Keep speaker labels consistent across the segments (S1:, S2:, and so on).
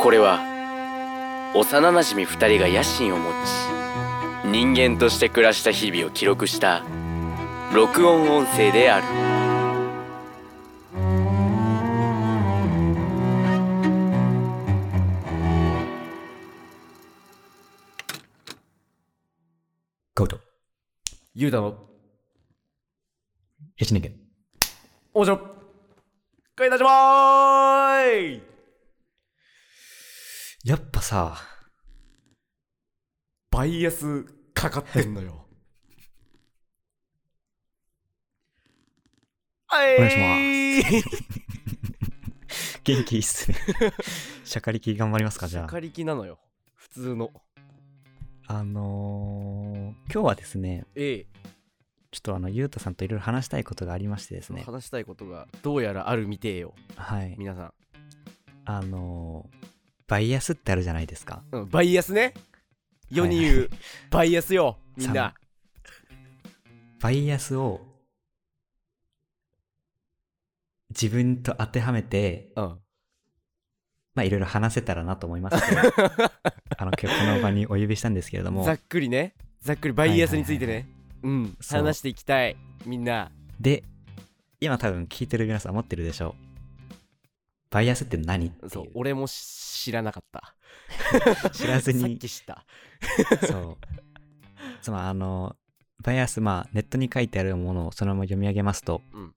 S1: これは幼なじみ2人が野心を持ち人間として暮らした日々を記録した録音音声である
S2: コート、
S3: ゆうたの、
S2: 一人間。
S3: おじょ、かいたしまーい
S2: やっぱさ、
S3: バイアスかかってんのよ。はい
S2: お願いし
S3: します。
S2: 元気いいっすね。 しゃかりき頑張りますか、じゃ
S3: かりきなのよ。普通の。
S2: あ。あのー、今日はですね、
S3: え
S2: ちょっとあの、ゆうたさんといろいろ話したいことがありましてです
S3: え、
S2: ね。
S3: 話したいことがどうやらあるみてえよ。
S2: はい。
S3: 皆さ
S2: あのー、バイアスってあるじゃないですか。
S3: ん。うんバイアスね。世に言う、バイアスよ。みんな。
S2: バイアスを、自分と当てはめて、
S3: うん。
S2: まあいろいろ話せたらなと思います けど、あの、今日この場にお呼びしたんですけれども
S3: ざ、っくりね。ざっくりバイアスについてね。うん。
S2: そう
S3: 話していきたい。みんな。
S2: で、今多分聞いてる皆さん思ってるでしょう。バイアスって何って
S3: そう
S2: い。う
S3: 俺も知らなかった。
S2: 知らず
S3: さっ
S2: に
S3: き知った。
S2: そう。つまりあの、バイアス、まあ、ネットに書いてあるものをそのまま読み上げますと、
S3: うん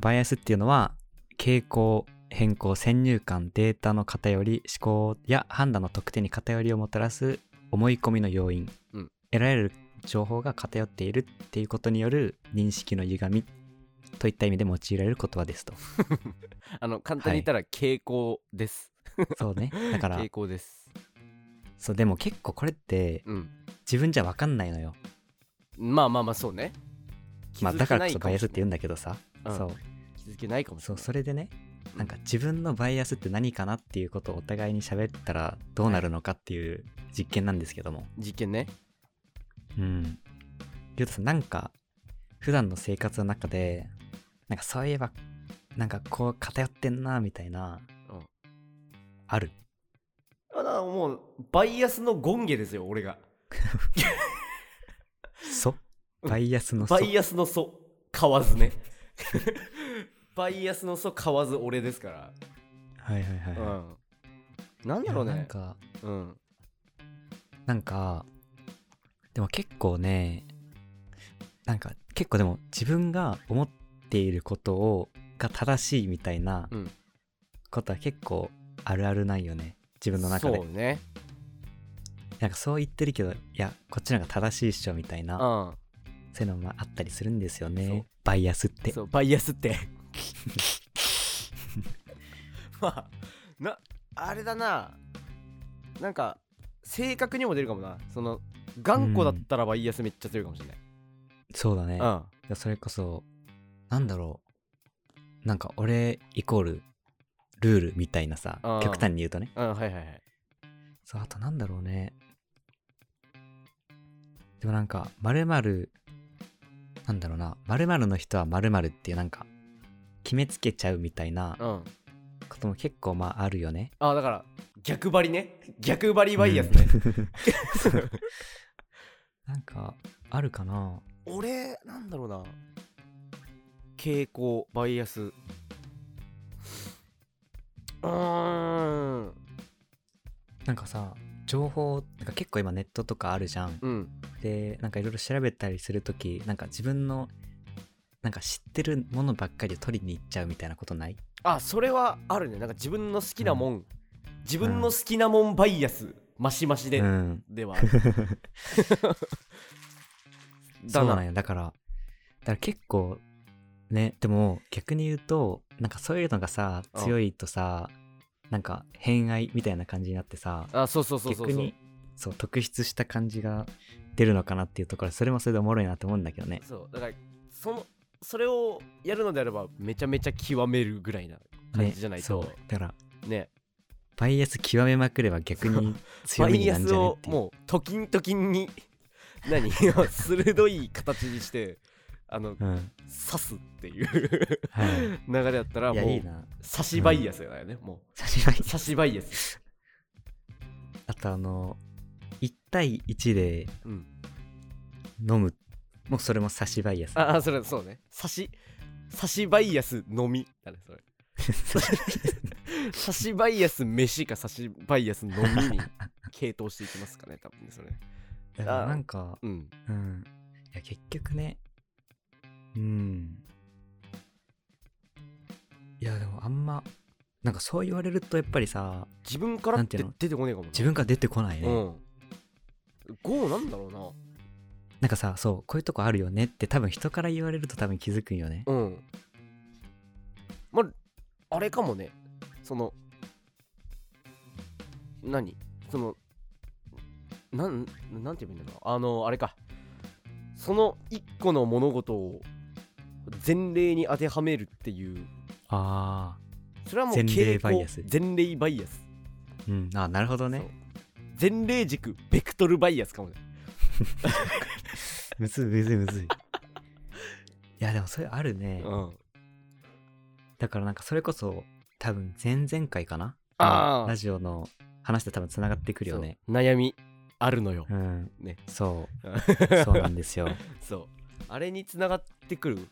S2: バイアスっていうのは、傾向、変更、先入観、データの偏り、思考や判断の特定に偏りをもたらす思い込みの要因、
S3: うん
S2: 得られる情報が偏っているっていうことによる認識の歪みといった意味で用いられる言葉ですと。
S3: あの簡単に言ったら傾向です。
S2: そうね。だから
S3: 傾、向です。
S2: そう、でも結構これって
S3: うん。
S2: 自分じゃわかんないのよ。
S3: まあまあまあそうね。
S2: まあ、だからこそバイアスって言うんんだけどさ。
S3: うん
S2: そう。
S3: 気づけないかもし
S2: そ
S3: れ
S2: う
S3: ない。
S2: それでね
S3: うん
S2: なんか自分のバイアスって何かなっていうことをお互いに喋ったらどうなるのかっていう実験なんですけども
S3: 実験ね。
S2: うんりょうたさんなんか普段の生活の中でなんかそういえばなんかこう偏ってんなみたいな、
S3: うん
S2: ある
S3: あだもうバイアスの権下ですよ俺が。
S2: そバイアスのそ
S3: バイアスの素買わずね。バイアスの素買わず俺ですか
S2: はいはいはい
S3: ら。
S2: は
S3: うん。なん
S2: い
S3: だろう
S2: いやなん
S3: ね。
S2: か
S3: うん。
S2: なんかでも結構ねなんか結構でも自分が思っていることをが正しいみたいな
S3: うん
S2: ことは結構あるあるないよね自分の中で
S3: そうね。。
S2: なんかそう言ってるけどいやこっちの方が正しいっしょみたいうなんそういうのもあったりするんですよ
S3: そ
S2: ね
S3: う
S2: バイアスって
S3: そうバイアスって まあなあれだななんか性格にも出るかもなその頑固だったらバイアスめっちゃ強いかもしれない、
S2: そうだね
S3: うんあ
S2: いやそれこそなんだろうなんか俺イコールルールみたいなさ
S3: あー
S2: 極端に言うとね
S3: うんはいはいはい
S2: そう、あとなんだろうね。でもなんか、まるまるなんだろうな、まるまるの人はまるまるっていうなんか、決めつけちゃうみたいな
S3: うん
S2: ことも結構まああるよね。
S3: あだから逆張りね逆張りバイアスね、
S2: なんか、あるかな
S3: 俺なんだろうな傾向バイアスうーん
S2: なんかさ、情報、なんか結構今ネットとかあるじゃん。
S3: うん
S2: で、なんかいろいろ調べたりするとき、なんか自分の、なんか知ってるものばっかりを取りに行っちゃうみたいなことない
S3: あそれはあるねなんか自分の好きなもん、自分の好きなもんバイアスマシマシで、
S2: うん。
S3: では ある
S2: そ
S3: だ
S2: うな
S3: なん
S2: よだからだから結構ねでも逆に言うとなんかそういうのがさ
S3: うん
S2: 強いとさなんか偏愛みたいな感じになってさ
S3: あそうそうそうそう
S2: 逆にそう特筆した感じが出るのかなっていうところそれもそれでおもろいなと思うんだけどね
S3: そうだからそのそれをやるのであればめちゃめちゃ極めるぐらいな感
S2: ね
S3: じじゃない
S2: そ
S3: と
S2: うだから
S3: ね
S2: バイアス極めまくれば逆 に強
S3: バ
S2: みに
S3: イ
S2: な
S3: ア
S2: るんじ
S3: ス
S2: ゃねっ
S3: を
S2: ていう
S3: もうトキントキンに何鋭い形にして あの
S2: うん
S3: 刺すっていう
S2: は
S3: 流れだったら
S2: い、いや
S3: もう
S2: いいな
S3: 刺しバイアスだよね、もう
S2: 差しバイ
S3: 刺しバイアス
S2: あとあの1対1で
S3: うん
S2: 飲むもうそれも差しバイアス
S3: ああそれそうね差し差しバイアスのみだねそれ 差しバイアス飯か差しバイアスのみに系統していきますかね多分ねそれ
S2: いやでもなんか
S3: うん
S2: うんいや結局ねうんいやでもあんまなんかそう言われるとやっぱりさ
S3: 自分から
S2: なん
S3: っ
S2: て
S3: て
S2: いうの
S3: 出てこねえかもな
S2: 自分から出てこないね、
S3: うんゴーなんだろうな
S2: なんかさそうこういうとこあるよねって多分人から言われると多分気づくんよね、
S3: うん。まあ、あれかもね。その、何その、なん、なんて言えばいいんだろう。あの、あれか。その一個の物事を前例に当てはめるっていう。
S2: あ
S3: それはもう
S2: 前例
S3: 傾向
S2: バイアス
S3: 前例バイアス。
S2: あうんあなるほどね
S3: そう。前例軸、ベクトルバイアスかもね。
S2: むずいむずいむずいいやでもそれあるね、
S3: うん。
S2: だからなんかそれこそ多分前々回かな
S3: あー
S2: ラジオの話と多分つながってくるよね
S3: そう悩みあるのよ。
S2: うん
S3: ね
S2: そう
S3: そ
S2: そうなんですよ
S3: そう。あれに繋がってくる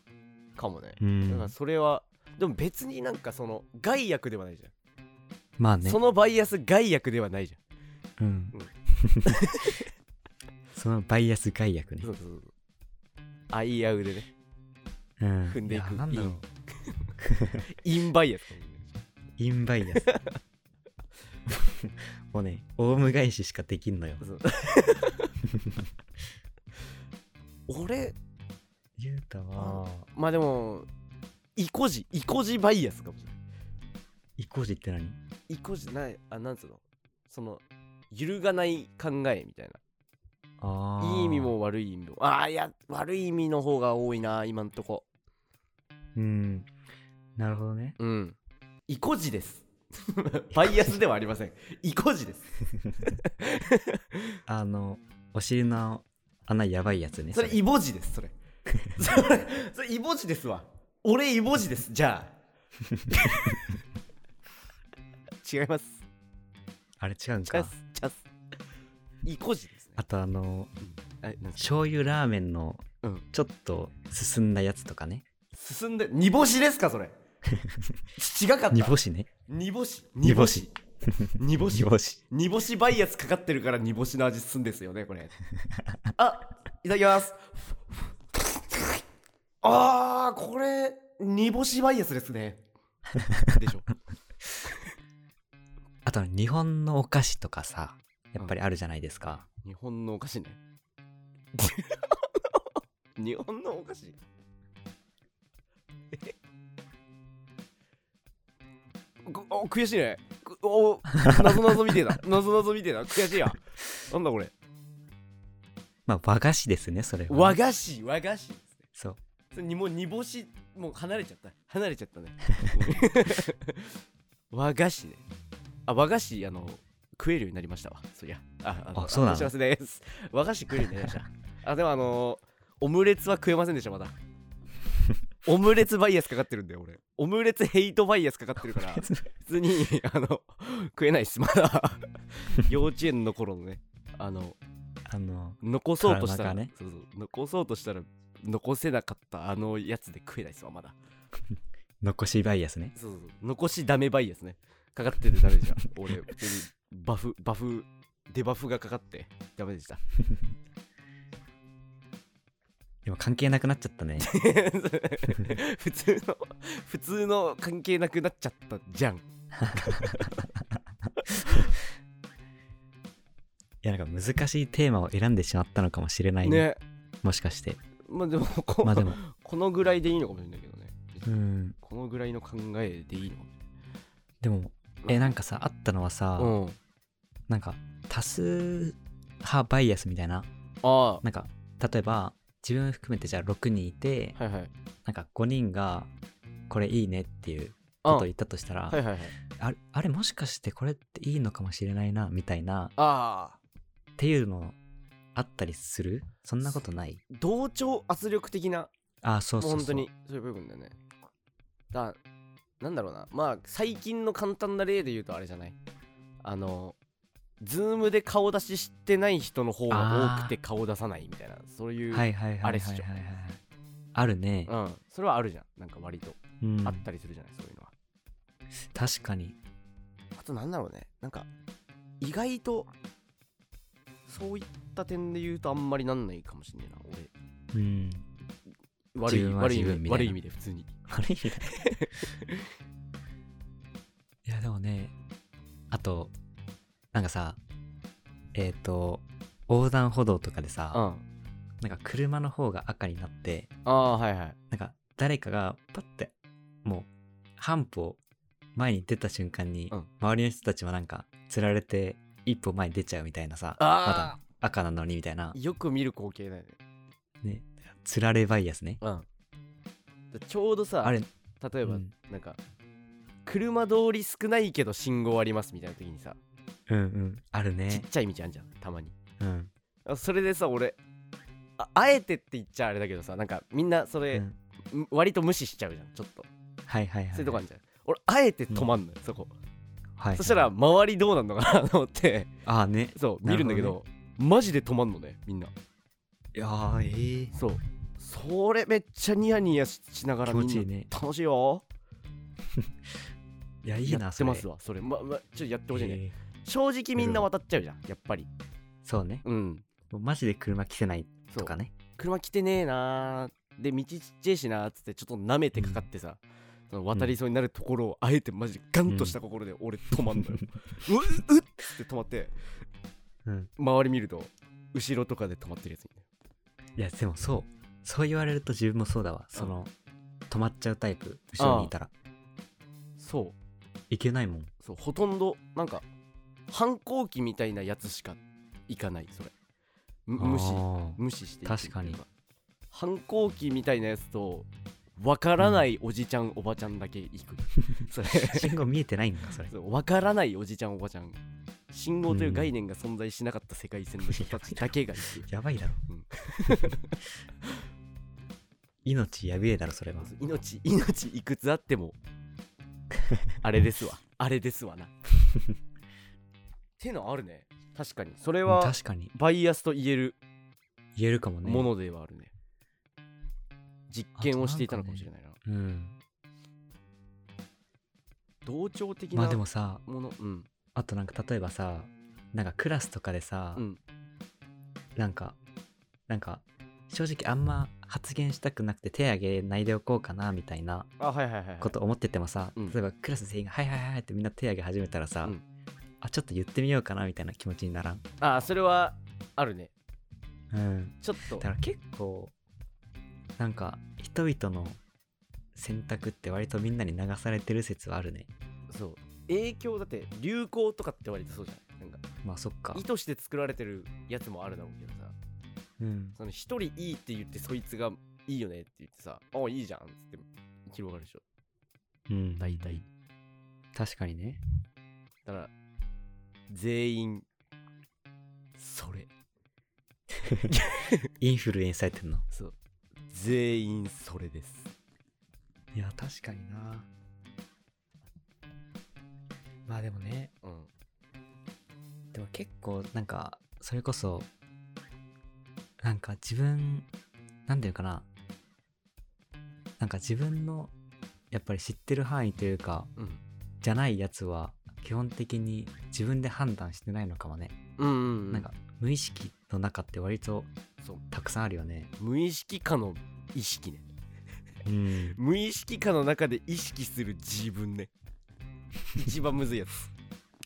S3: かもね。
S2: うん
S3: だ からそれはでも別になんかその害悪ではないじゃ
S2: まあ
S3: ん、
S2: ね
S3: そのバイアス害悪ではないじゃ
S2: うん
S3: うん
S2: そのバイアス害悪
S3: ん
S2: ね
S3: そうそうそうあいあうでね
S2: うん
S3: 踏んでいく
S2: やなんだろう
S3: インバイアスかもね
S2: インバイアス もうねオウム返ししかできんのよ
S3: そう俺
S2: ゆうたは
S3: まあでもイコジイコジバイアスかもしれない
S2: イコジって何
S3: イコジないあなんつうのその揺るがない考えみたい
S2: あ
S3: な
S2: ー
S3: いい意味も悪い意味もああいや悪い意味の方が多いな今んとこ
S2: うんなるほどね
S3: うん。意固地です。 バイアスではありません。意固地です。
S2: あのお尻の穴やばいやつね
S3: それ、イボジです、そ れ。それ、それイボジですわ。俺、イボジです。じゃあ。違います。
S2: あれ違うん
S3: 違いま
S2: か
S3: す。違います。意固地ですね。
S2: あとあの
S3: あなんすか
S2: 醤油ラーメンの
S3: うん
S2: ちょっと進んだやつとかね
S3: 進んで、煮干しですか、それ。違かった。
S2: 煮干しね
S3: 煮干し。
S2: 煮干し。
S3: 煮干し
S2: 煮。干し
S3: 煮干しバイアスかかってるから煮干しの味すんですよねこれあいただきますあーこれ煮干しバイアスですねでしょ
S2: あと日本のお菓子とかさやっぱりあるじゃないですか、
S3: 日本のお菓子ね 日本のお菓子えごお悔しいねくお謎謎みてえ だ謎謎みてえだ悔しいやなんだこれ
S2: まあ和菓子ですねそれは
S3: 和菓子和菓子ですね
S2: そう
S3: それにもう煮干しもう離れちゃった離れちゃったね 和菓子ねあ和菓子あの食えるようになりましたわそりゃああの
S2: あそうなの
S3: お知らせです和菓子食えるようになりましたあでもあのオムレツは食えませんでしたまだ オムレツバイアスかかってるんだよ俺オムレツヘイトバイアスかかってるから普通にあの食えないっすまだ幼稚園の頃のねあの
S2: あの
S3: 残そうとしたら、
S2: 体がね
S3: そうそう残そうとしたら残せなかったあのやつで食えないですわまだ
S2: 残しバイアスね
S3: そうそうそう残しダメバイアスねかかっててダメでした俺普通にバフバフデバフがかかってダメでした
S2: でも関係なくなっちゃ ったね
S3: 普通の普通の関係なくなっちゃったじゃん
S2: いやなんか難しいテーマを選んでしまったのかもしれないね
S3: ね
S2: もしか して
S3: まあでもこ,、
S2: まあでも
S3: このぐらいでいいのかもしれないけどね、
S2: うん
S3: このぐらいの考えでいいのか
S2: でもえなんかさあったのはさ、
S3: もうん
S2: なんか多数派バイアスみたいな
S3: あ
S2: なんか例えば自分含めてじゃあ6人いて
S3: あはいはい
S2: なんか5人がこれいいねっていうこと
S3: あん
S2: を
S3: は
S2: 言
S3: い
S2: ったとしたら、
S3: はいはい
S2: あれあれもしかしてこれっていいのかもしれないなみたいな
S3: ああ
S2: っていうのあったりするそんなことない
S3: 同調圧力的な
S2: あそうそうそう
S3: もう本当にそういう部分だよねだなんだろうなまあ最近の簡単な例で言うとあれじゃないあのズームで顔出ししてない人の方が多くて
S2: あ
S3: 顔出さないみたいなそういう、
S2: はいはいはいはいは
S3: あ
S2: い
S3: れっ
S2: は
S3: す
S2: い
S3: よ
S2: あるね、
S3: うん、それはあるじゃんなんか割と
S2: うん
S3: あったりするじゃない、そういうのは
S2: 確かに
S3: あとなんだろうねなんか意外とそういった点で言うとあんまりなんないかもしんねえ
S2: うん
S3: な俺悪い
S2: 自分は
S3: 悪い意
S2: 自分み
S3: 味
S2: たいな
S3: 悪い意味で普通に
S2: あれい やでもねあとなんかさえっ、と横断歩道とかでさ、
S3: うんあ
S2: なんか車の方が赤になって
S3: あーはいはい
S2: なんか誰かがパッてもう半歩前に出た瞬間に
S3: うん
S2: 周りの人たちはなんかつられて一歩前に出ちゃうみたいなさまだ
S3: あ
S2: 赤なのにみたいな
S3: あ、よく見る光景だよね
S2: ね、つられバイアスね
S3: うんでちょうどさ
S2: あれ
S3: 例えば、
S2: うん
S3: なんか車通り少ないけど信号ありますみたいな時にさ、
S2: うんうんある
S3: ちっ
S2: ね
S3: ちゃい道あんじゃんたまに
S2: うん
S3: あそれでさ俺ああえてって言っちゃあれだけどさなんかみんなそれ
S2: う、ん
S3: ん割と無視しちゃうじゃんちょっと
S2: はいはいはい
S3: そういうとこあるじゃん俺あえて止まんのよ、そこ
S2: はい
S3: そしたら周りどうなんのかな と思って
S2: ああね
S3: そう見るんだけ
S2: なる
S3: どマジで止まんのねみんない
S2: やーえー
S3: そうそれめっちゃニヤニヤししながら
S2: 気持ちいいね
S3: みんな楽しいよ
S2: いやいいな
S3: やってますわそれままちょっとやって
S2: そ
S3: ほ
S2: れ
S3: しいね、
S2: え
S3: 正直みんな渡っちゃうじゃんやっぱり
S2: ーそうね
S3: うん
S2: もうマジで車着せない
S3: そう
S2: とかね
S3: 車来てねえなーで道ちっちゃいしなーっつってちょっと舐めてかかってさ、その渡りそうになるところをあえてマジでガンとした心で俺止まん のよ、ううっつって止まって
S2: うん
S3: 周り見ると後ろとかで止まってるやついんだよ
S2: いやでもそうそう言われると自分もそうだわその止まっちゃうタイプ後ろにいたら
S3: そう
S2: いけないもん
S3: そうほとんどなんか反抗期みたいなやつしか行かないそれむ無視
S2: あー
S3: 無視していく
S2: 確かに
S3: 反抗期みたいなやつとわからないおじちゃん、おばちゃんだけ行く それ
S2: 信号見えてないんだそれ
S3: そうわからないおじちゃんおばちゃん信号という
S2: うん
S3: 概念が存在しなかった世界線の人たちだけが行く
S2: やばいだろ、
S3: うん
S2: 命やべえだろそれは
S3: 命命いくつあっ てもあれですわあれですわなてのあるね確かにそれ
S2: うん
S3: は
S2: 確かに
S3: バイアスと言える
S2: 言えるかもね
S3: ものではあるね実験をしていたのかもしれないな
S2: うん
S3: 同調的
S2: まあ
S3: な
S2: で
S3: も
S2: もさ
S3: のうん
S2: あとなんか例えばさなんかクラスとかでさ、
S3: うん
S2: なんかなんか正直あんま発言したくなくて手挙げないでおこうかなみたいな
S3: あはいはいはいはい
S2: こと思っててもさ、
S3: うん
S2: 例えばクラス全員が「はいはいはい」ってみんな手挙げ始めたらさ、
S3: うん
S2: あちょっと言ってみようかなみたいな気持ちにならん、
S3: あそれはあるね
S2: うん、
S3: ちょっと
S2: だから結構なんか人々の選択って割とみんなに流されてる説はあるね
S3: そう影響だって流行とかって言われてそうじゃないなんか
S2: まあそっか
S3: 意図して作られてるやつもあるだろうけどさ
S2: うん
S3: その一人いいって言ってそいつがいいよねって言ってさあいいじゃんっつって広がるでしょ
S2: うん
S3: 大体
S2: 確かにね
S3: だから全員それ
S2: インフルエンサーやってんの
S3: そう全員それです
S2: いや確かになまあでもね
S3: うん
S2: でも結構なんかそれこそなんか自分なんていうかななんか自分のやっぱり知ってる範囲というか
S3: うん
S2: じゃないやつは基本的に自分で判断してないのかもね、
S3: うんうんう
S2: なんか無意識の中って割と
S3: そう
S2: たくさんあるよね
S3: 無意識下の意識ね
S2: うん
S3: 無意識下の中で意識する自分 ね一番むずいや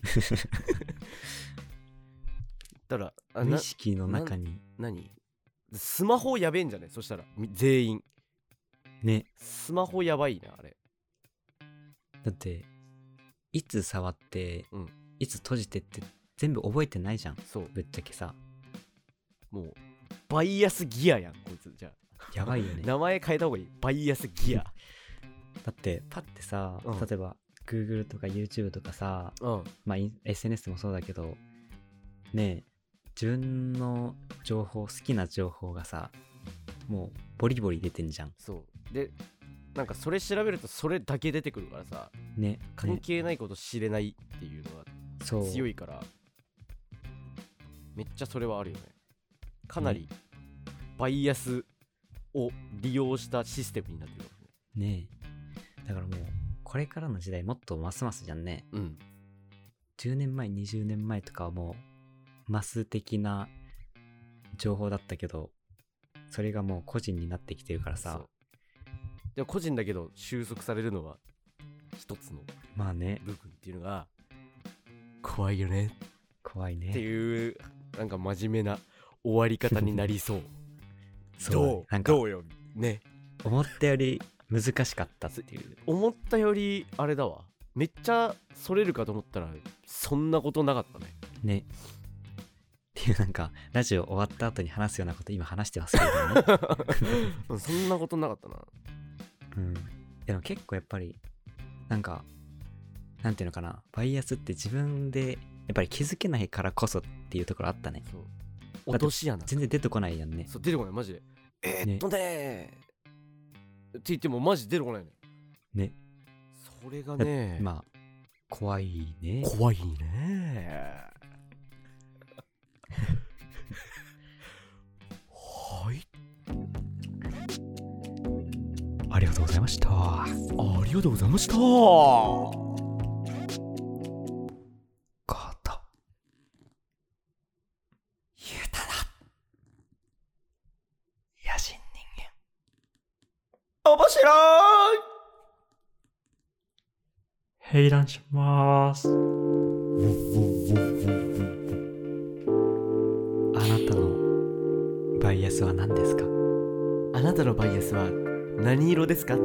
S3: つだからあ
S2: 無
S3: な
S2: 意識の中に
S3: 何スマホやべえんじゃないそしたらみ全員
S2: ね
S3: スマホやばいなあれ
S2: だっていつ触って、
S3: うん
S2: いつ閉じてって全部覚えてないじゃん
S3: そう
S2: ぶっちゃけさ
S3: もうバイアスギアやんこいつじゃあ
S2: やばい よね
S3: 名前変えた方がいいバイアスギア
S2: だってパッてさ、
S3: うん
S2: 例えば Google とか YouTube とかさ、
S3: うん
S2: まあ、イン SNS もそうだけどねえ自分の情報好きな情報がさもうボリボリ出てんじゃん
S3: そうでなんかそれ調べるとそれだけ出てくるからさ
S2: ね
S3: 関
S2: ね
S3: 係ないこと知れないっていうのが
S2: そう
S3: 強いからめっちゃそれはあるよねかなりバイアスを利用したシステムになってるよね
S2: ねえだからもうこれからの時代もっとますますじゃんね
S3: うん
S2: 10年前20年前とかはもうマス的な情報だったけどそれがもう個人になってきてるから
S3: そ
S2: さ
S3: うでも個人だけど収束されるのは一つの
S2: まあね
S3: 部分っていうのが怖いよね
S2: 怖いね
S3: っていうなんか真面目な終わり方になりそう
S2: そう
S3: どう
S2: なんか
S3: どうよね
S2: 思ったより難しかったっていう
S3: 思ったよりあれだわめっちゃそれるかと思ったらそんなことなか ったね
S2: ねっていうなんかラジオ終わった後に話すようなこと今話してますけれどもね、
S3: うんそんなことなかったな
S2: うん、でも結構やっぱりなんかなんていうのかなバイアスって自分でやっぱり気づけないからこそっていうところあったね
S3: そう
S2: だ
S3: 落
S2: って
S3: とし穴
S2: 全然出てこないやんね
S3: そう出てこないマジでえーっとねって言ってもマジ出てこないね
S2: ね
S3: それがね
S2: まあ怖いね
S3: 怖いねはい
S2: ありがとうございました
S3: ありがとうございましたは
S2: かたゆうただ野心人間
S4: 閉覧します。
S2: あなたのバイアスは何ですか
S3: あなたのバイアスは何色ですか